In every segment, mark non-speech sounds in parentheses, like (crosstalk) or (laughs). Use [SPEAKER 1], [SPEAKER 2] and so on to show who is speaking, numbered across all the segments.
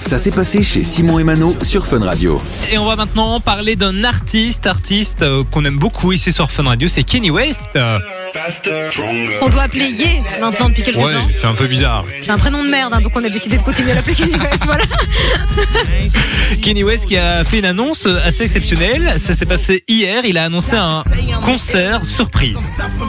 [SPEAKER 1] Ça s'est passé chez Simon et Mano sur Fun Radio.
[SPEAKER 2] Et on va maintenant parler d'un artiste, artiste euh, qu'on aime beaucoup ici sur Fun Radio, c'est Kenny West. Euh,
[SPEAKER 3] On doit appeler Ye maintenant depuis quelques
[SPEAKER 2] Ouais,
[SPEAKER 3] temps.
[SPEAKER 2] c'est un peu bizarre.
[SPEAKER 3] C'est un prénom de merde, hein, donc on a décidé de continuer à l'appeler Kanye
[SPEAKER 2] (laughs)
[SPEAKER 3] West, voilà.
[SPEAKER 2] Kenny West qui a fait une annonce assez exceptionnelle. Ça s'est passé hier. Il a annoncé un concert surprise.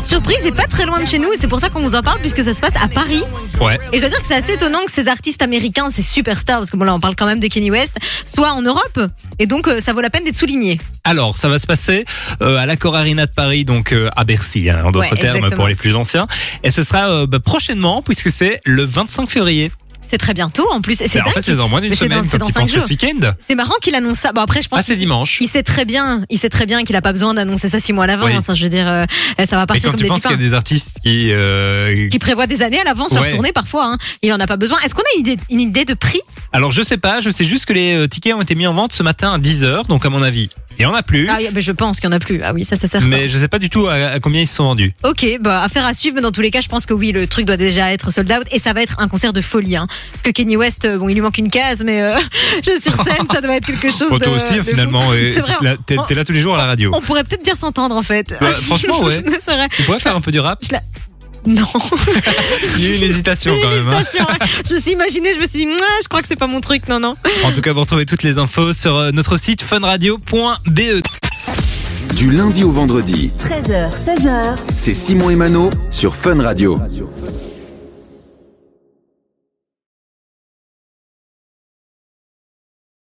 [SPEAKER 3] Surprise, et pas très loin de chez nous, et c'est pour ça qu'on vous en parle, puisque ça se passe à Paris.
[SPEAKER 2] Ouais.
[SPEAKER 3] Et je dois dire que c'est assez étonnant que ces artistes américains, ces superstars, parce que bon là on parle quand même de Kanye West, soient en Europe, et donc euh, ça vaut la peine d'être souligné.
[SPEAKER 2] Alors, ça va se passer euh, à l'Accor Arena de Paris, donc euh, à Bercy, hein, en d'autres
[SPEAKER 3] Ouais,
[SPEAKER 2] termes
[SPEAKER 3] exactement.
[SPEAKER 2] pour les plus anciens. Et ce sera euh, bah, prochainement, puisque c'est le 25 février.
[SPEAKER 3] C'est très bientôt en plus, et c'est
[SPEAKER 2] Bah, en
[SPEAKER 3] dingue
[SPEAKER 2] fait, c'est
[SPEAKER 3] qu'il-
[SPEAKER 2] dans moins d'une
[SPEAKER 3] mais c'est
[SPEAKER 2] semaine,
[SPEAKER 3] dans- c'est
[SPEAKER 2] quand
[SPEAKER 3] dans
[SPEAKER 2] tu
[SPEAKER 3] cinq
[SPEAKER 2] penses à ce
[SPEAKER 3] jours.
[SPEAKER 2] week-end.
[SPEAKER 3] C'est marrant qu'il annonce ça. Bon après je pense
[SPEAKER 2] Ah, c'est
[SPEAKER 3] qu'il-
[SPEAKER 2] dimanche.
[SPEAKER 3] Il sait très bien, il sait très bien qu'il a pas besoin d'annoncer ça six mois à l'avance.
[SPEAKER 2] Oui.
[SPEAKER 3] hein, je veux dire, euh, ça va
[SPEAKER 2] Mais
[SPEAKER 3] partir
[SPEAKER 2] quand
[SPEAKER 3] comme
[SPEAKER 2] tu
[SPEAKER 3] des
[SPEAKER 2] penses
[SPEAKER 3] petits
[SPEAKER 2] qu'il y a
[SPEAKER 3] pains.
[SPEAKER 2] des artistes qui... euh,
[SPEAKER 3] Qui prévoit des années à l'avance
[SPEAKER 2] Ouais.
[SPEAKER 3] leur tournée parfois. hein. Il en a pas besoin. Est-ce qu'on a une idée, une idée de prix
[SPEAKER 2] Alors, je sais pas, je sais juste que les euh, tickets ont été mis en vente ce matin à 10h, donc à mon avis, il y en a plus.
[SPEAKER 3] Ah, ben, je pense qu'il y en a plus. Ah oui, ça, c'est certain.
[SPEAKER 2] mais je sais pas du tout à, à combien ils se sont vendus.
[SPEAKER 3] Ok, bah affaire à suivre, mais dans tous les cas, je pense que oui, le truc doit déjà être sold out et ça va être un concert de folie. Hein. Parce que Kenny West, euh, bon, il lui manque une case, mais euh, (laughs) je sur scène, ça doit être quelque chose.
[SPEAKER 2] Bon, toi
[SPEAKER 3] de-
[SPEAKER 2] aussi,
[SPEAKER 3] de fou.
[SPEAKER 2] finalement, et
[SPEAKER 3] C'est vrai.
[SPEAKER 2] t'es là- t'es
[SPEAKER 3] on-
[SPEAKER 2] t'es là tous les jours à la radio.
[SPEAKER 3] On pourrait peut-être bien s'entendre en fait. (laughs)
[SPEAKER 2] Ouais, franchement, ouais.
[SPEAKER 3] c'est vrai.
[SPEAKER 2] Tu pourrais faire un peu du
[SPEAKER 3] (laughs)
[SPEAKER 2] rap
[SPEAKER 3] Non.
[SPEAKER 2] Il y a eu une hésitation quand même. hein.
[SPEAKER 3] Félicitations, ouais. Je me suis imaginé, je me suis dit, Mouah, je crois que c'est pas mon truc, non, non.
[SPEAKER 2] En tout cas, vous retrouvez toutes les infos sur euh, notre site funradio.be.
[SPEAKER 1] Du lundi au vendredi,
[SPEAKER 4] 13h, 16h,
[SPEAKER 1] c'est Simon et Mano sur Fun Radio.